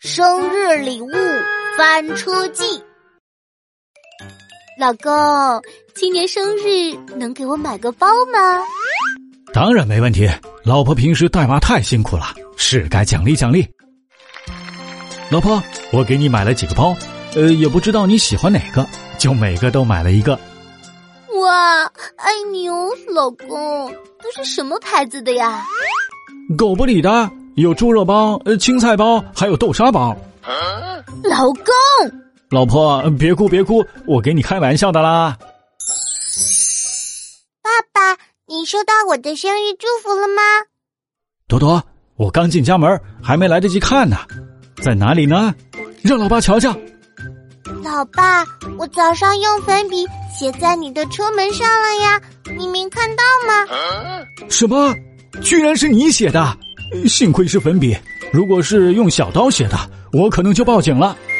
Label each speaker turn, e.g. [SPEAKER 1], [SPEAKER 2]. [SPEAKER 1] 生日礼物翻车记。
[SPEAKER 2] 老公，今年生日能给我买个包吗？
[SPEAKER 3] 当然没问题，老婆平时带娃太辛苦了，是该奖励奖励。老婆，我给你买了几个包，呃，也不知道你喜欢哪个，就每个都买了一个。
[SPEAKER 2] 哇，爱你哦，老公！都是什么牌子的呀？
[SPEAKER 3] 狗不理的，有猪肉包、呃青菜包，还有豆沙包。
[SPEAKER 2] 老公，
[SPEAKER 3] 老婆，呃别哭别哭，我给你开玩笑的啦。
[SPEAKER 1] 爸爸，你收到我的生日祝福了吗？
[SPEAKER 3] 朵朵，我刚进家门，还没来得及看呢，在哪里呢？让老爸瞧瞧。
[SPEAKER 1] 老爸，我早上用粉笔写在你的车门上了呀，你没看到吗？
[SPEAKER 3] 什么？居然是你写的！呃幸亏是粉笔，如果是用小刀写的，我可能就报警了。
[SPEAKER 1] 嗯